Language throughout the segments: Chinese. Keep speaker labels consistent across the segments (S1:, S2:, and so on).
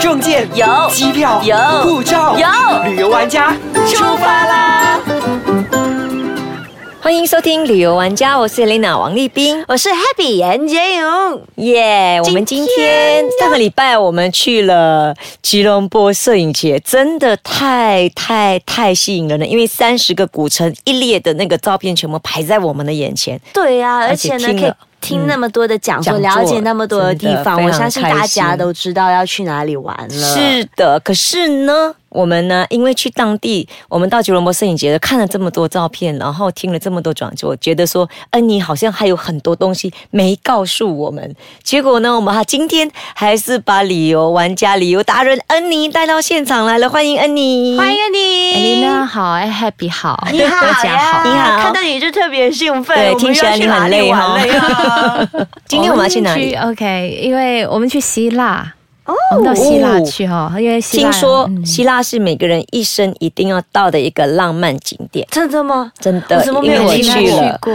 S1: 证件
S2: 有
S1: 机票
S2: 有
S1: 护照
S2: 有
S1: 旅游玩家
S2: 出发啦！
S3: 欢迎收听旅游玩家，我是 Lina 王立斌。
S2: 我是 Happy 严杰勇，
S3: 耶、我们今
S2: 今
S3: 天
S2: 天
S3: 上个礼拜我们去了吉隆坡摄影节，真的太太太吸引人了，因为三十个古城一列的那个照片全部排在我们的眼前。
S2: 对呀、
S3: 而
S2: 而
S3: 且
S2: 且呢，
S3: 听
S2: 可以
S3: 了嗯
S2: 听那么多的讲座，
S3: 讲座
S2: 了解那么多的地
S3: 真的
S2: 方，
S3: 非
S2: 我
S3: 常
S2: 相信
S3: 开
S2: 大家
S3: 心
S2: 都知道要去哪里玩了。
S3: 是的，可是呢，我们呢，因为去当地，我们到吉隆坡摄影节看了这么多照片，然后听了这么多讲座，觉得说恩妮好像还有很多东西没告诉我们。结果呢，我们哈今天还是把旅游玩家、旅游达人恩妮带到现场来了，欢迎恩嗯妮，
S2: 欢迎你，
S4: 艾琳娜好，哎，Happy 好，
S2: 哎你好
S4: 大家
S2: 呀，
S4: 好，
S3: 你好
S2: 看到你就特别兴奋，
S3: 对
S2: 我们
S3: 听起来
S2: 要去
S3: 你很
S2: 哪里
S3: 累
S2: 玩
S3: 哈
S2: 了呀
S3: 今天我们要去哪里？哦
S4: ？OK，因为我们去希腊，我们到希腊去哈，因为希腊
S3: 听说
S4: 嗯
S3: 希腊是每个人一生一定要到的一个浪漫景点，
S2: 真的吗？
S3: 真的
S2: 我怎么，
S3: 因
S2: 没
S3: 为
S2: 有
S3: 我
S4: 去
S3: 去
S4: 过
S3: 了。
S4: 过，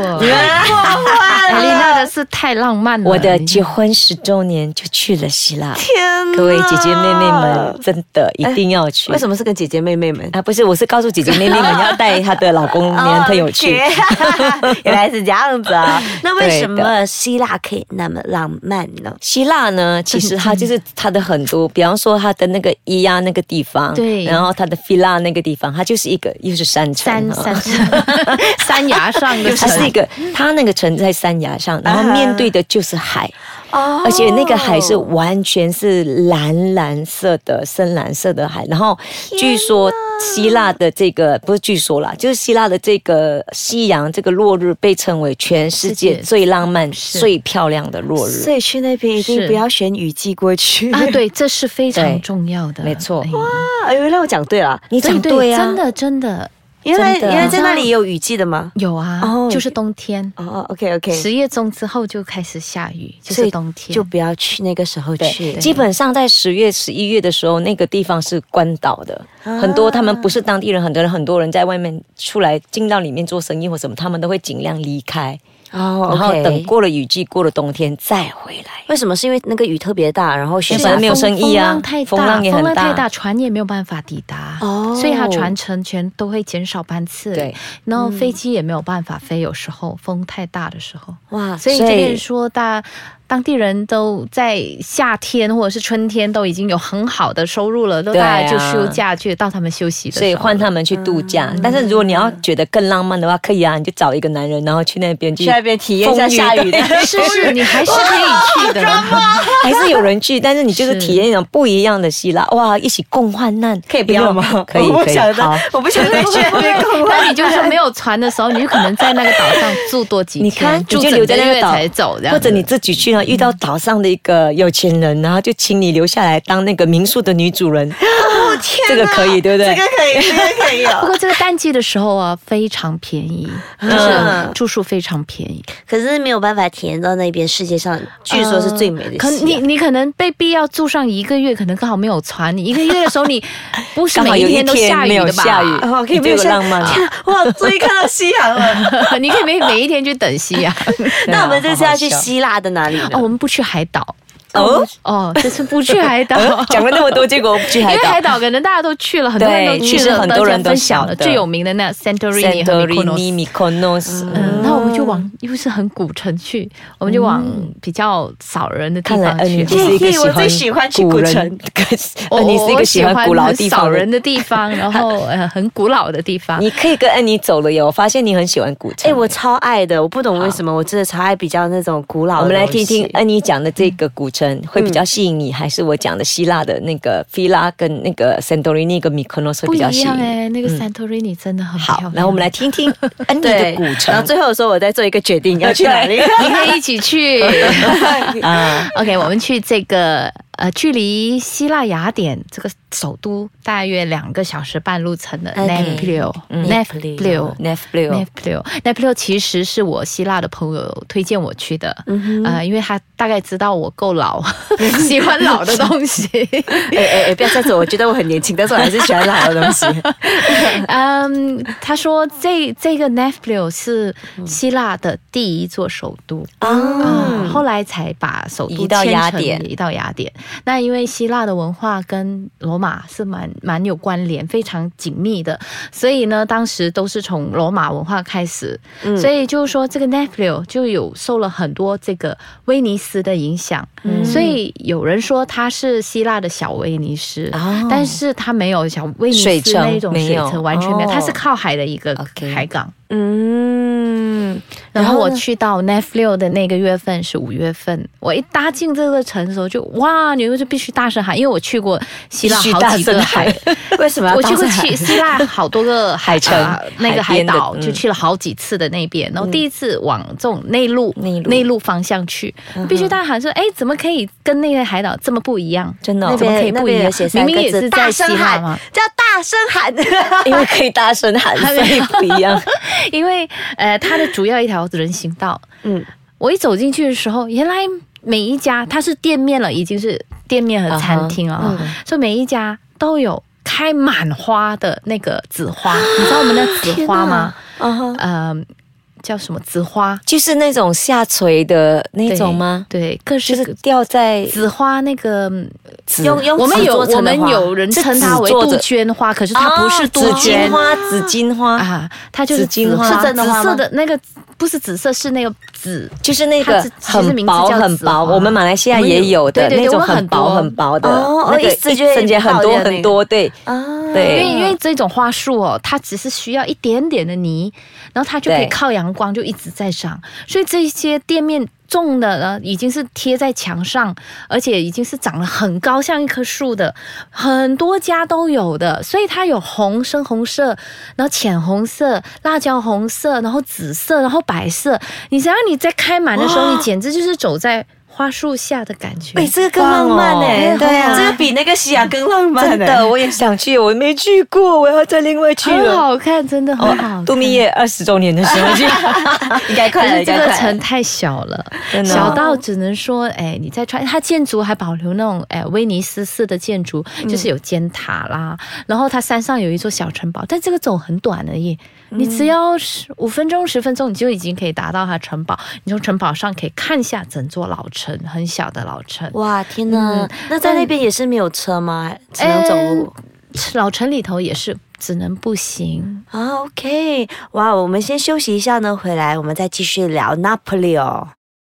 S4: 艾琳
S2: 哇，
S4: 娜的是太浪漫了，
S3: 我的结婚十周年就去了希腊，
S2: 天哪！
S3: 各位姐姐妹妹们，，真的一定要去。
S2: 为什么是跟姐姐妹妹们？
S3: 啊？不是，我是告诉姐姐妹妹们要带她的老公、男朋友 去。
S2: 哦，原来是这样子啊！那为什
S3: 对
S2: 么希腊可以那么浪漫呢？
S3: 希腊呢，其实它就是它的很多，比方说它的那个伊亚那个地方，
S4: 对
S3: 然后它的菲腊那个地方，它就是一个又是山城，
S4: 山
S3: 哈
S4: 山 山崖上的
S3: 它
S4: 城
S3: 是一个，它那个城在山崖上，然后
S2: 啊哈
S3: 面对的就是海，
S2: 哦
S3: 而且那个海是完全是蓝蓝色的、深蓝色的海。然后据说希腊的这个不是据说啦，就是希腊的这个夕阳这个落日被称为全世界
S4: 世界
S3: 最浪漫、
S4: 是
S3: 最漂亮的落日
S2: 所。以去那边一定
S4: 是
S2: 不要选雨季过去
S4: 啊，对，这是非
S3: 对
S4: 常重要的，
S3: 没错
S4: 哎
S2: 哎，原来我讲对了，
S3: 你讲
S4: 对
S3: 对
S4: 对，
S3: 啊，
S4: 真的真的
S2: 原来
S3: 真的
S2: 原来在那里也有雨季的吗？
S4: 有啊
S2: 哦，
S4: 就是冬天，
S2: 哦，OK OK，
S4: 十月中之后就开始下雨，就是冬天，
S2: 就不要去那个时候去
S3: 对，。基本上在十月、十一月的时候，那个地方是关岛的，很多他们不是当地人，很多人很多人在外面出来进到里面做生意或什么，他们都会尽量离开，
S2: 哦
S3: 然后等。
S2: OK
S3: 过了雨季、过了冬天再回来。
S2: 为什么？是因为那个雨特别大，然后雪
S3: 原
S4: 是
S3: 本
S4: 啊
S3: 来没有生意啊
S4: 风
S3: 风
S4: 风
S3: 浪
S4: 浪
S3: 也
S4: 太
S3: 很
S4: 大，
S3: 大
S4: 风浪太大，船也没有办法抵达，
S2: 哦
S4: 所以它船程全都会减少班次，
S3: 对，
S4: 然后飞机也没有办法飞，有时候风太大的时
S3: 嗯
S4: 候，
S2: 哇，
S4: 所以
S3: 所
S4: 这
S3: 以
S4: 边说大。当地人都在夏天或者是春天都已经有很好的收入了，都
S3: 对啊
S4: 大家就休假去到他们休息的时候，
S3: 所以换他们去度假。但是如果你要觉得更浪漫的话，可以啊，你就找一个男人，然后去那边去
S2: 去。那边体验一下下雨的。
S4: 是 是，你还是可以去的。
S3: 还是有人去，但是你就是
S4: 是
S3: 体验一种不一样的希腊，哇，一起共患难，可以
S2: 不要吗？
S3: 可以
S2: 我不
S3: 可以，
S2: 想
S3: 好
S2: 再，，我不想 再去那边逛
S4: 那你就是没有船的时候，你就可能在那个岛上住多几天，
S3: 你看，
S4: 住
S3: 你就留在
S4: 整
S3: 那
S4: 个
S3: 个
S4: 月
S3: 岛
S4: 才走，这样
S3: 或
S4: 子
S3: 者你自己去呢，遇到岛上的一个有钱人，然后就请你留下来当那个民宿的女主人，
S2: 哦天
S3: 这个可以，对不对
S2: 这？个可以，这个可以
S4: 不
S2: 哦。
S4: 过这个淡季的时候啊，非常便宜，就
S2: 嗯
S4: 是住宿非常便宜。
S2: 可是没有办法体验到那边世界上据说是最美的
S4: 可
S3: 呃啊
S2: 夕
S4: 你
S2: 阳。
S4: 你可能被逼要住上一个月，可能刚好没有船。你一个月的时候，你 不是
S3: 刚好
S4: 每
S3: 有一
S4: 天都
S3: 天
S4: 下
S3: 没
S4: 雨
S3: 有
S4: 的吧？
S3: 下雨
S2: 哦，可以
S3: 你
S2: 没
S3: 这
S2: 有
S3: 个
S2: 下
S3: 浪漫
S2: 天啊 哇，终于看到夕阳了。
S4: 你可以每每一天去等夕阳。
S3: 对啊
S2: 那我们这次要去
S3: 好好笑
S2: 希腊的哪里呢
S4: 哦，？我们不去海岛
S3: 哦，。
S4: 哦，这次不去海岛
S3: 呃讲了那么多，结果不去
S4: 因
S3: 海
S4: 为海
S3: 岛。
S4: 岛可能大家都去了，很多人
S3: 对
S4: 都去
S3: 其实
S4: 了，
S3: 很多人都
S4: 分享了
S3: 晓得
S4: 最有名的那 Santorini 和
S3: Santorini、
S4: Mykonos
S3: Mykonos，
S4: 嗯，那我们就往又是很古城去，我们就往比较少人的地
S3: 嗯看来
S4: 方
S3: 恩妮
S4: 去。
S3: 就是一个喜欢
S2: 哦我最喜欢去古
S3: 人
S2: 城，哦
S4: 我
S3: 恩妮是一
S4: 哦我
S3: 个喜欢古老
S4: 很
S3: 地
S4: 少
S3: 方的
S4: 人。的地方，然后 呃很古老的地方。
S3: 你可以跟恩妮走了耶，我发现你很喜欢古城。
S2: 哎、我超爱的，我不懂为什么，我真的超爱比较那种古老的
S3: 我
S2: 东西。
S3: 们来听听安妮讲的这个古城会比
S2: 嗯
S3: 较吸引你，还是我讲的希腊的那个菲拉跟那个 Santorini 跟 Mykonos 会
S4: 不
S3: 比
S4: 一
S3: 较吸引
S4: 样
S3: 你？
S4: 哎，那个 Santorini 真的很漂
S3: 好
S4: 亮。，
S3: 然后我们来听听安妮的
S2: 对
S3: 古
S2: 然后
S3: 城
S2: 最后的时候，我再做一个决定要去 哪里。
S4: 你可以一起去。
S3: 啊，
S4: OK，我们去这个呃，距离希腊雅典这个首都大约两个小时半路程的
S2: OK
S4: 嗯
S2: Naples
S4: Naples，Naples。
S3: n e f l i o
S4: Naples，Naples 其实是我希腊的朋友推荐我去的，
S2: 嗯哼
S4: 呃，因为他大概知道我够老， 喜欢老的东西。
S2: 哎哎哎，不要这样子，我觉得我很年轻，但是我还是喜欢老的东 西。
S4: 嗯，他说这这个 Naples 是希腊的第一座首都。
S3: 啊
S4: 啊，后来才把首都
S3: 移到
S4: 迁
S3: 雅
S4: 成
S3: 典
S4: 移到雅典。那因为希腊的文化跟罗马是蛮蛮有关联，非常紧密的，所以呢，当时都是从罗马文化开始，
S2: 嗯
S4: 所以就是说这个 Neplio 就有受了很多这个威尼斯的影响，
S3: 嗯
S4: 所以有人说它是希腊的小威尼斯。
S3: 哦
S4: 但是它没有小威尼
S3: 水
S4: 斯
S3: 城
S4: 那种
S3: 没
S4: 水
S3: 有
S4: 城，完全没有，它是
S3: 哦
S4: 靠海的一个
S3: OK
S4: 海港。
S2: 嗯，
S4: 然
S3: 然
S4: 后
S3: 后
S4: 我
S3: 呢
S4: 去到 n e f l i o 的那个月份是五月份，我一搭进这个城的时候就哇，你们就必须大声喊，因为我去过希腊
S3: 必须
S4: 好几个
S3: 大声
S4: 海
S3: 喊，
S2: 为什么要
S4: 我去
S2: 当
S4: 过
S2: 在
S4: 去希腊好多个
S3: 海城
S4: 啊那个
S3: 海
S4: 海
S3: 边的
S4: 岛，
S3: 嗯
S4: 就去了好几次的那边。然后第一次往这种内陆
S3: 内陆
S4: 方向去，必须大家喊说，哎，怎么可以跟那些海岛这么不一样？
S3: 真的哦
S2: 那
S4: 怎么可以
S2: 边那
S4: 不一
S2: 边有
S4: 样
S2: 写？三
S4: 明
S2: 个
S4: 明也
S2: 字
S4: 是在
S2: 大
S4: 希
S2: 声
S4: 腊
S2: 喊
S4: 嘛，，
S2: 叫大声喊。
S3: 因 为可以大声喊，所以不一样。
S4: 因为呃，它的主要一条人行道，
S2: 嗯，
S4: 我一走进去的时候，原来每一家它是店面了，已经是店面和餐厅了
S3: 嗯
S4: 啊，所以每一家都有开满花的那个紫花，你知道我们的紫花吗？
S2: 嗯
S3: 啊哈，
S4: 呃，叫什么紫花？
S3: 就是那种下垂的那种吗？
S4: 对，对各
S3: 就
S4: 式
S3: 是掉在
S4: 紫花那个，嗯
S3: 紫
S2: 用用
S4: 我们
S2: 纸
S4: 有
S2: 做成
S4: 我
S2: 的
S4: 们
S2: 花
S4: 有人
S3: 是
S4: 称它
S3: 紫
S4: 为
S3: 做的
S4: 杜鹃花，可是它不是杜
S3: 啊紫
S4: 鹃
S3: 荆花，紫荆花，
S4: 啊，它就是
S3: 紫荆
S4: 紫
S3: 花
S4: 花，
S3: 是真
S2: 的花吗
S4: 紫色的那个不是紫色，是那个紫
S3: 就是那
S4: 它
S3: 个
S4: 是其实
S3: 很
S4: 名字
S3: 薄
S4: 叫
S3: 很
S4: 紫
S3: 薄，
S4: 花
S3: 我们马来西亚
S4: 我们有
S3: 也有的
S4: 对对对
S3: 那种
S4: 我们
S3: 很薄
S4: 很多
S3: 很薄的，
S2: 哦
S3: 那个
S2: 一丝就会
S3: 瞬间很
S2: 爆
S3: 多
S2: 掉那个
S3: 很多，对，
S2: 啊
S4: 因为
S3: 对
S4: 因为这种花束哦，它只是需要一点点的泥，然后它就可以
S3: 对
S4: 靠阳光就一直在长，所以这些店面种的呢，已经是贴在墙上，而且已经是长得很高，像一棵树的，很多家都有的，所以它有红、深红色，然后浅红色、辣椒红色，然后紫色，然后白色。你想想你在开满的时候，
S2: 哇
S4: 你简直就是走在花树下的感觉。
S2: 哎，这个更浪漫哎，
S3: 哎对啊
S2: 这个比那个西雅更浪漫欸
S3: 真的，我也想去，我没去过，我要再另外去
S4: 很
S3: 了。
S4: 好看，真的很好看。
S3: 度蜜月二十周年的时 候去，
S2: 应该
S4: 可
S2: 快了，
S4: 是这
S2: 应该快
S4: 个
S2: 了
S4: 城太小了，
S3: 真的哦
S4: 小到只能说，哎，你在穿它建筑还保留那种哎威尼斯式的建筑，
S3: 嗯
S4: 就是有尖塔啦，然后它山上有一座小城堡，但这个走很短而已，
S3: 嗯
S4: 你只要十五分钟、十分钟，你就已经可以达到它城堡。你从城堡上可以看下整座老城，很小的老城。
S2: 哇，天
S4: 嗯
S2: 哪！那在那边也是没有车吗？只
S4: 呃
S2: 能走路？
S4: 老城里头也是只能步行。
S2: 啊，OK，哇，我们先休息一下呢，回来我们再继续聊 Napoli 哦。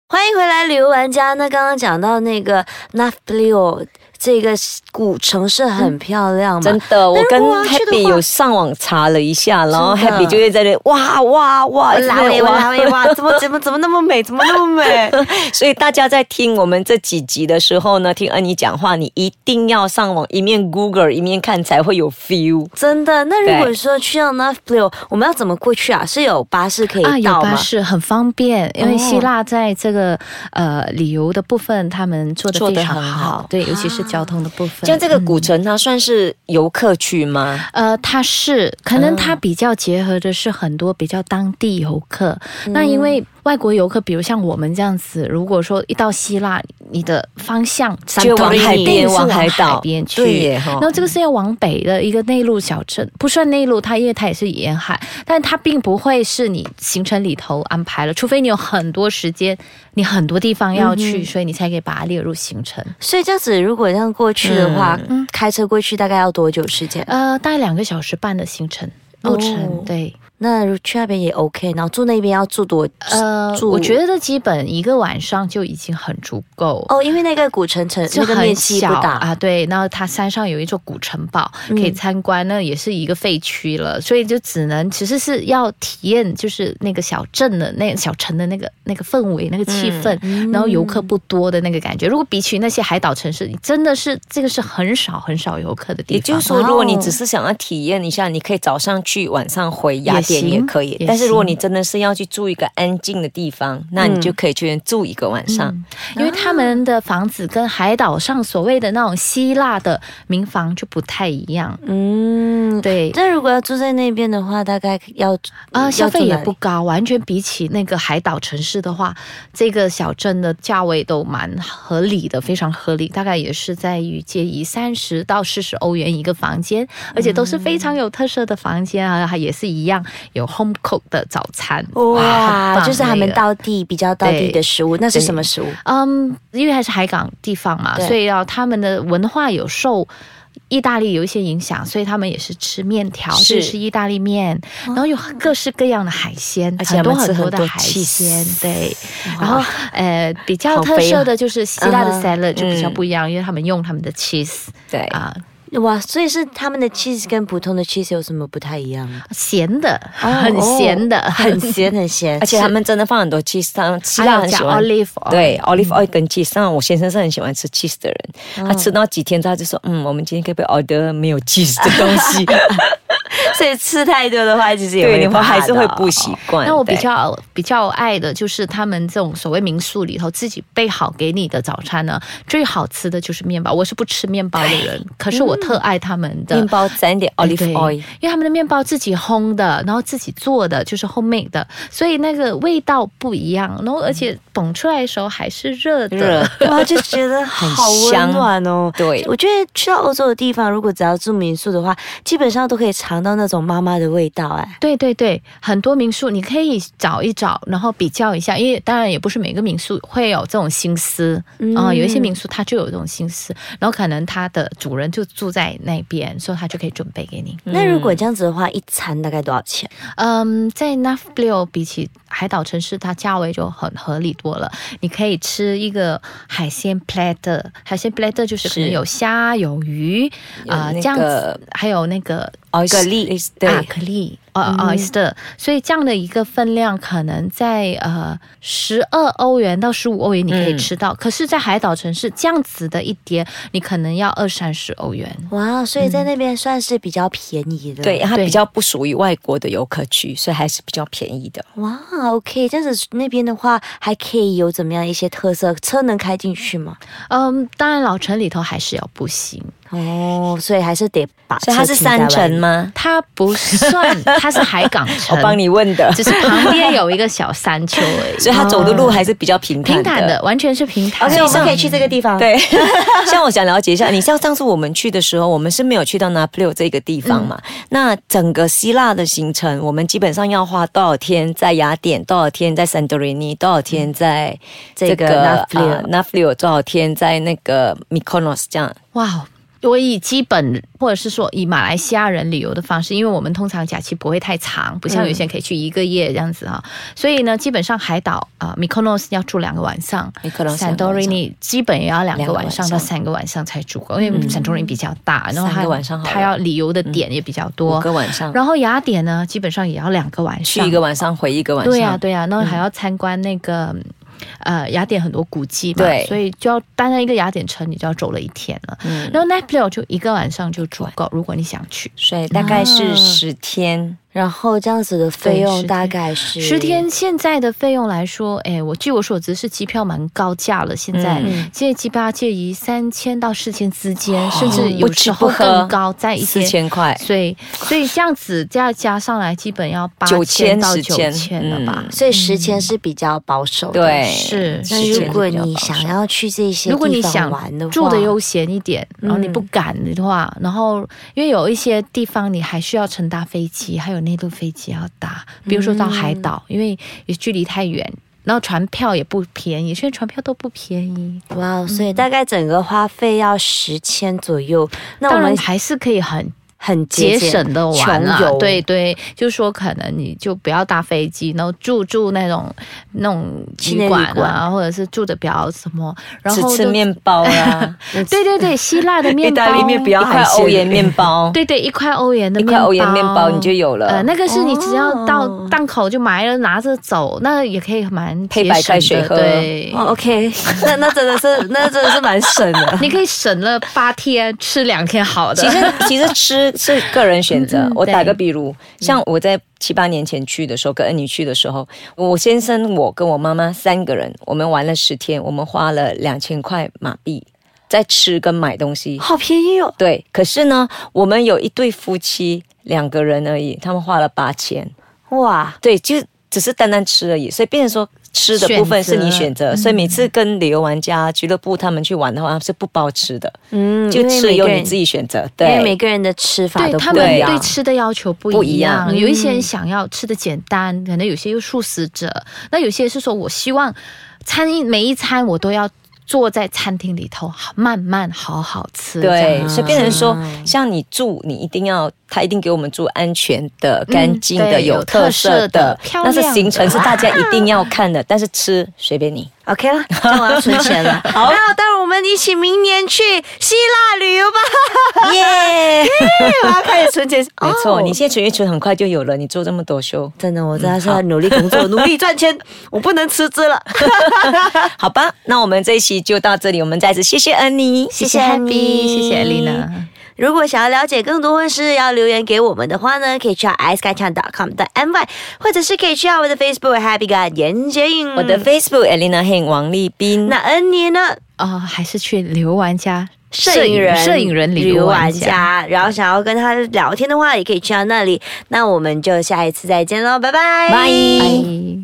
S2: 欢迎回来，旅游玩家。那刚刚讲到那个 Napoli 哦这个古城市
S4: 嗯
S2: 很漂亮嘛，
S3: 真的，我跟
S2: 如果要去的话
S3: Happy 有上网查了一下，然后
S2: 真的
S3: Happy 就会在那哇哇
S2: 我
S3: 哇，一直在
S2: 来
S3: 那
S2: 喂，
S3: 边
S2: 我
S3: 哇
S2: 来喂，哇，怎么怎么怎么那么美，怎么那么 美？
S3: 所以大家在听我们这几集的时候呢，听恩妮讲话，你一定要上网一面 Google 一面看，才会有 feel。
S2: 真的，那如果
S3: 对
S2: 说去到 Napoli，我们要怎么过去啊？是有巴士可以
S4: 啊，有
S2: 到吗？
S4: 巴士很方便，因为希腊在这个、呃旅游的部分，他们做的
S3: 做
S4: 非
S3: 得
S4: 常
S3: 很
S4: 好
S3: 好，啊
S4: 对，尤其是交通的部分。
S3: 像这个古城，它算是游客区吗？
S4: 呃，它是可能
S3: 嗯
S4: 它比较结合的是很多比较当地游客。
S3: 嗯
S4: 那因为外国游客，比如像我们这样子，如果说一到希腊，你的方向
S3: 就往海
S4: 一定
S3: 边，
S4: 是
S3: 往海岛，
S4: 边去。
S3: 对耶哈
S4: 然。后这个是要往北的一个内陆小镇，不算内陆，它因为它也是沿海，但它并不会是你行程里头安排了，除非你有很多时间，你很多地方要
S3: 嗯
S4: 去，所以你才可以把它列入行程。
S2: 所以这样子，如果这样过去的话，
S4: 嗯
S2: 开车过去大概要多久时间？
S3: 哦
S4: 呃，大概两个小时半的行程路程，
S2: 哦
S4: 对。
S2: 那如去那边也 OK，然后住那边要住多？
S4: 呃，
S2: 住
S4: 我觉得基本一个晚上就已经很足够。
S2: 哦，因为那个古城城
S4: 就
S2: 那个面
S4: 很
S2: 积不
S4: 小
S2: 大，嗯
S4: 啊，对，然后它山上有一座古城堡可以参观，那也是一个废墟了，所以就只能其实是要体验就是那个小镇的那小城的那个那个氛围、那个气氛，
S2: 嗯
S4: 然后游客不多的那个感觉。如果比起那些海岛城市，你真的是这个是很少很少游客的地
S3: 也
S4: 方。
S3: 就是说，如果你只是想要体验一下，你可以早上去，晚上回雅典
S4: 也行
S3: 也可以。
S4: 也
S3: 但是
S4: 行
S3: 如果你真的是要去住一个安静的地方，那你就可以去住一个晚上。
S4: 嗯因为他们的房子跟海岛上所谓的那种希腊的民房就不太一样，
S2: 嗯。
S4: 对。
S2: 那如果要住在那边的话，大概要
S4: 啊、
S2: 嗯要
S4: 消费
S2: 住
S4: 也
S2: 哪里
S4: 不高，完全比起那个海岛城市的话，这个小镇的价位都蛮合理的，非常合理，大概也是在于介于三
S2: 嗯
S4: 十到四十欧元一个房间，而且都是非常有特色的房间啊，还也是一样，有 home cook 的早餐，很
S2: 哇，哎
S4: 棒
S2: 就是他
S4: 那
S2: 们
S4: 个
S2: 到地比较到地
S4: 对
S2: 的食物，那是什么食物？
S4: 嗯，因为还是海港地方嘛，
S2: 对
S4: 所以要、他们的文化有受。意大利有一些影响，所以他们也是吃面条，
S3: 是哦
S4: 就是吃意大利面，然后有各式各样的海鲜，
S3: 而且
S4: 很多
S3: 他们吃
S4: 多
S3: 很
S4: 的
S3: 多
S4: 海
S3: cheese
S4: 鲜，对。然后呃，比较特色的就是希腊的
S2: 嗯
S4: salad 就比较
S3: 嗯
S4: 不一样，因为他们用他们的 cheese
S3: 对
S4: 啊、
S2: 哇，所以是他们的 cheese 跟普通的 cheese 有什么不太一样吗？
S4: 咸的，
S2: 哦
S4: 很咸的，
S2: 很咸很咸，
S3: 而且他们真的放很多 cheese，他们希
S4: 还
S3: 腊
S4: 有
S3: 很
S4: 加
S3: 喜欢。
S4: olive oil
S3: 对，olive oil 跟 cheese，那我先生是很喜欢吃 cheese 的人，他吃到几天之后他就说，嗯，我们今天可不可以 order 没有 cheese 的东西？
S2: 所以吃太多的话，其实也
S3: 对，
S2: 会
S3: 你
S2: 怕
S3: 会还是
S2: 的
S3: 会不习惯。
S4: 哦那我
S3: 对
S4: 比较比较爱的就是他们这种所谓民宿里头自己备好给你的早餐呢，最好吃的就是面包。我是不吃面包的 人，可是我特爱他们的。
S3: 嗯面包沾一点
S4: 哎
S3: olive
S4: 对
S3: oil，
S4: 因为他们的面包自己烘的，然后自己做的，就是 homemade 的，所以那个味道不一样。然后而且捧出来的时候还是热的，
S3: 嗯 热
S2: 哇，就觉得好温
S3: 香
S2: 暖哦。
S3: 对
S2: 我觉得去到欧洲的地方，如果只要住民宿的话，基本上都可以尝到那种妈妈的味道。哎，
S4: 对对对，很多民宿你可以找一找，然后比较一下，因为当然也不是每个民宿会有这种心思啊、
S2: 嗯
S4: 有一些民宿它就有这种心思，然后可能它的主人就住在那边，所以他就可以准备给你。
S3: 嗯
S2: 那如果这样子的话，一餐大概多少钱？
S4: 嗯，在 n a f b l o 比起海岛城市，它价位就很合理多了。你可以吃一个海鲜 platter，海鲜 platter 就是可能
S3: 是
S4: 有虾、有鱼
S3: 有
S4: 啊、
S3: 那
S4: 这样子
S3: 个，
S4: 还有那个
S3: 蛤
S2: 蜊
S3: 蜊对嗯
S4: 啊，可丽，呃，oyster，、所以这样的一个分量，可能在呃十二欧元到十五欧元你可以
S3: 嗯
S4: 吃到，可是，在海岛城市这样子的一碟，你可能要二三十欧元。
S2: 哇，所以在那边算是比较便宜的。
S3: 对，，它
S4: 对
S3: 比较不属于外国的游客区，所以还是比较便宜的。
S2: 哇，OK，这样子那边的话，还可以有怎么样一些特色？车能开进去吗？
S4: 嗯，当然老城里头还是有步行，
S2: 哦，所以还是得把。
S3: 所以它是三层？吗？
S4: 它不 算，它是海港
S3: 我
S4: 城，
S3: 帮你问的，
S4: 只是旁边有一个小山丘而已，
S3: 所以它走的路 还是比较平坦
S4: 平
S3: 的。
S4: 坦的，完全是平坦的。
S2: OK，我们可以去这个地
S4: 啊
S2: 方。，
S3: 对，像我想了解一下，你像上次我们去的时候，我们是没有去到 Naples 这个地方嘛？
S4: 嗯
S3: 那整个希腊的行程，我们基本上要花多少天在雅典，多少天在 Santorini，多少天在
S2: 这个
S4: 嗯
S2: Naples
S3: Naples，多少天在那个 Mykonos 这样？
S4: 哇，我以基本或者是说以马来西亚人旅游的方式，因为我们通常假期不会太长，不像有些人可以去一个月这样子啊、所以呢，基本上海岛啊、m y k o n o s 要住两个晚上
S3: Mykonos 两个晚上
S4: Santorini 基本也要两个晚上
S3: 两个晚上
S4: 到三个晚上才足够，因为 Santorini 比较大，然后
S3: 嗯三
S4: 它
S3: 个晚上好了嗯
S4: 它要旅游的点也比较多
S3: 五。个晚上，
S4: 然后雅典呢，基本上也要两个晚
S3: 去
S4: 上，
S3: 一个晚上，回一个晚上。嗯
S4: 对呀、对呀、那还要参观那个。呃，雅典很多古迹嘛，
S3: 对
S4: 所以就要单单一个雅典城，你就要走了一天了。
S3: 嗯
S4: 然后 Naples 就一个晚上就足够，如果你想去。
S3: 所以大概是十天，
S2: 然后这样子的费
S4: 对
S2: 用
S4: 十
S2: 大
S4: 天
S2: 概是
S4: 十天现在的费用来说，哎，我据我所知是机票蛮高价了，现在、
S3: 嗯
S4: 现在机票介于三千到四千之间，甚至
S3: 不
S4: 有
S3: 吃
S4: 时
S3: 不
S4: 候
S3: 喝
S4: 更高，在一
S3: 哦四千块，
S4: 所以所以这样子再加上来，基本要八
S3: 9000
S4: 到九
S3: 1000
S4: 千了吧？
S3: 嗯
S2: 所以十千是比较保守的。
S3: 对，
S4: 是
S2: 那
S3: 时间
S2: 如果
S3: 比较
S2: 你
S3: 保守
S2: 想要去这些
S4: 如果
S2: 地
S4: 你
S2: 方
S4: 想
S2: 玩的话，
S4: 住的悠闲一点，然后你不敢的话，嗯然后因为有一些地方你还需要乘搭飞机，还有内陆飞机要搭，比如说到海岛，因为也距离太远。然后船票也不便宜，现在船票都不便宜，
S2: 哇，所以大概整个花费要十千左右。那我
S4: 当然
S2: 们
S4: 还是可以很
S2: 很
S4: 节
S2: 俭
S4: 省的玩啊
S2: 穷游，
S4: 对对，就是说可能你就不要搭飞机，然后住住那种那种
S2: 青年
S4: 旅
S2: 旅
S4: 馆啊，
S2: 馆
S4: 或者是住的比较什么，然后
S3: 只 吃
S4: 就
S3: 面包 啊啦，
S4: 对对对，希腊的
S3: 意
S4: 面包，
S3: 大利面不要
S2: 海
S3: 块
S2: 鲜
S3: 欧元面包，
S4: 对对，一块欧元的
S3: 一
S4: 面包，
S3: 块欧元面包你就有了，
S4: 呃，那个是你只要到
S2: 哦
S4: 档口就买了，拿着走，那也可以蛮
S3: 配
S4: 节
S3: 白开
S4: 省
S3: 水
S4: 的
S3: 喝
S4: 对，
S2: 哦，OK，那 那真的是，那真的是蛮省的。
S4: 你可以省了八天，吃两天好 的。
S3: 其实其实吃是个人选择。
S4: 嗯嗯
S3: 我打个
S4: 对
S3: 比如，像我在七八年前去的时候，跟恩妮去的时候，我先生、我跟我妈妈三个人，我们玩了十天，我们花了两千块马币在吃跟买东西。
S2: 好便宜哦！
S3: 对，可是呢，我们有一对夫妻两个人而已，他们花了八千。
S2: 哇，
S3: 对，就只是单单吃而已，所以变成说吃的部分是你选择，
S4: 选择嗯
S3: 所以每次跟旅游玩家俱乐部他们去玩的话，他们是不包吃的，
S2: 嗯
S3: 就吃由你自
S2: 己，
S3: 己选择。
S2: 因为每
S3: 对，
S2: 个人的吃法
S4: 对
S2: 都
S4: 他
S2: 不
S4: 们
S2: 一
S4: 对
S2: 样。
S4: 吃的要求不
S3: 不一
S4: 一
S3: 样
S4: 样，有一些人想要吃的简单，可能有些又素食者，那有些是说我希望餐饮每一餐我都要坐在餐厅里头，好慢慢好好吃。这样啊
S3: 对，
S2: 子
S3: 所以变成说
S2: 嗯，
S3: 像你住，你一定要他一定给我们住安全的、干净的、
S4: 嗯对
S3: 有
S4: 有
S3: 特
S4: 特
S3: 色
S4: 色
S3: 的
S4: 的，
S3: 那是
S4: 漂亮
S3: 行程
S4: 的
S3: 是大家一定要看的，但是吃随便 你。
S2: OK 了，这样我要存钱了。 好，那待会儿我们一起明年去希腊旅游吧。耶！哎我要开始存钱。
S3: 没错，
S2: 哦
S3: 你现在存一存，很快就有了。你做这么多修，
S2: 真的，我真的是要努力工作，努力赚钱，我不能辞职了。
S3: 好吧？那我们这一期就到这里，我们再次谢谢安妮，
S2: 谢谢
S4: 谢 Happy，
S2: Happy
S4: 谢谢 Lina。
S2: 如果想要了解更多或是要留言给我们的话呢，可以去到 iceguy.com 的 my，或者是可以去到我的 Facebook Happy Guy 严洁颖。
S3: 我的 Facebook Elena h e n 王丽斌，
S2: 嗯那恩妮呢？
S4: 哦，还是去刘玩家
S2: 摄影人、
S4: 摄影人旅游玩家，
S2: 然后想要跟他聊天的话，也可以去到那里。那我们就下一次再见喽，拜拜，
S3: 拜
S4: 拜。